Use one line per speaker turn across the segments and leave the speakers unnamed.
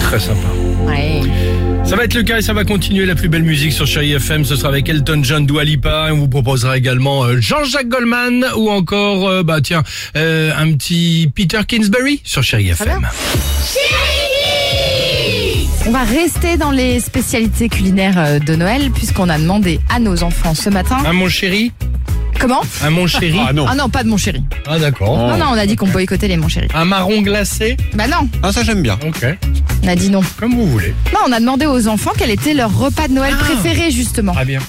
très sympa.
Ouais.
Ça va être le cas et ça va continuer la plus belle musique sur Chérie FM. Ce sera avec Elton John, Dua Lipa et on vous proposera également euh, Jean-Jacques Goldman ou encore euh, bah tiens euh, un petit Peter Kingsbury sur Chérie FM.
On va rester dans les spécialités culinaires euh, de Noël puisqu'on a demandé à nos enfants ce matin.
Un mon chéri,
Comment
un mon chéri.
Ah non.
Ah non, pas de mon chéri.
Ah d'accord.
Non, non, on a dit qu'on boycottait les mon chéri.
Un marron glacé.
Bah non,
Ah ça j'aime bien.
Ok.
on a dit non.
Comme vous voulez.
Non, on a demandé aux enfants quel était leur repas de Noël préféré justement.
Ah bien.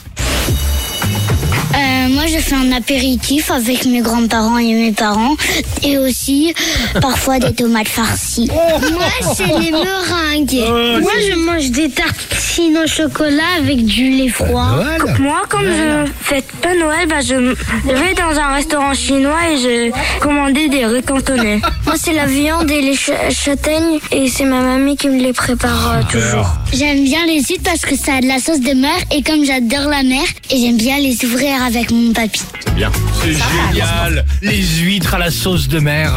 Euh, moi, je fais un apéritif avec mes grands-parents et mes parents, et aussi parfois des tomates farcies. moi, c'est les meringues. moi, je mange des tartines au chocolat avec du lait froid.
Bah, Noël.
Moi, quand je fête pas Noël, bah, je je vais dans un restaurant chinois et je commandais des rues cantonais. moi, c'est la viande et les châtaignes, et c'est ma mamie qui me les prépare euh, toujours. J'aime bien les huîtres parce que ça a de la sauce de mer, et comme j'adore la mer, et j'aime bien les ouvrir avec mon papy.
C'est génial. Les huîtres à la sauce de mer.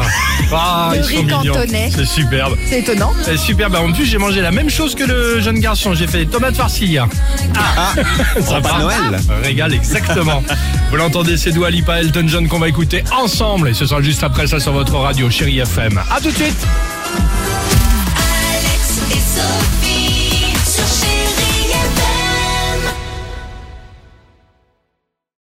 Ah,
Le
ils
riz
sont mignons.
cantonais.
C'est superbe.
C'est étonnant.
C'est superbe. Eh, bah, En plus, j'ai mangé la même chose que le jeune garçon. J'ai fait Ah. des tomates farcies hier.
Repas Ah, de Noël.
Régal, exactement. Vous l'entendez, c'est Dua Lipa, Elton John qu'on va écouter ensemble. Et ce sera juste après ça sur votre radio, Chérie FM. À tout de suite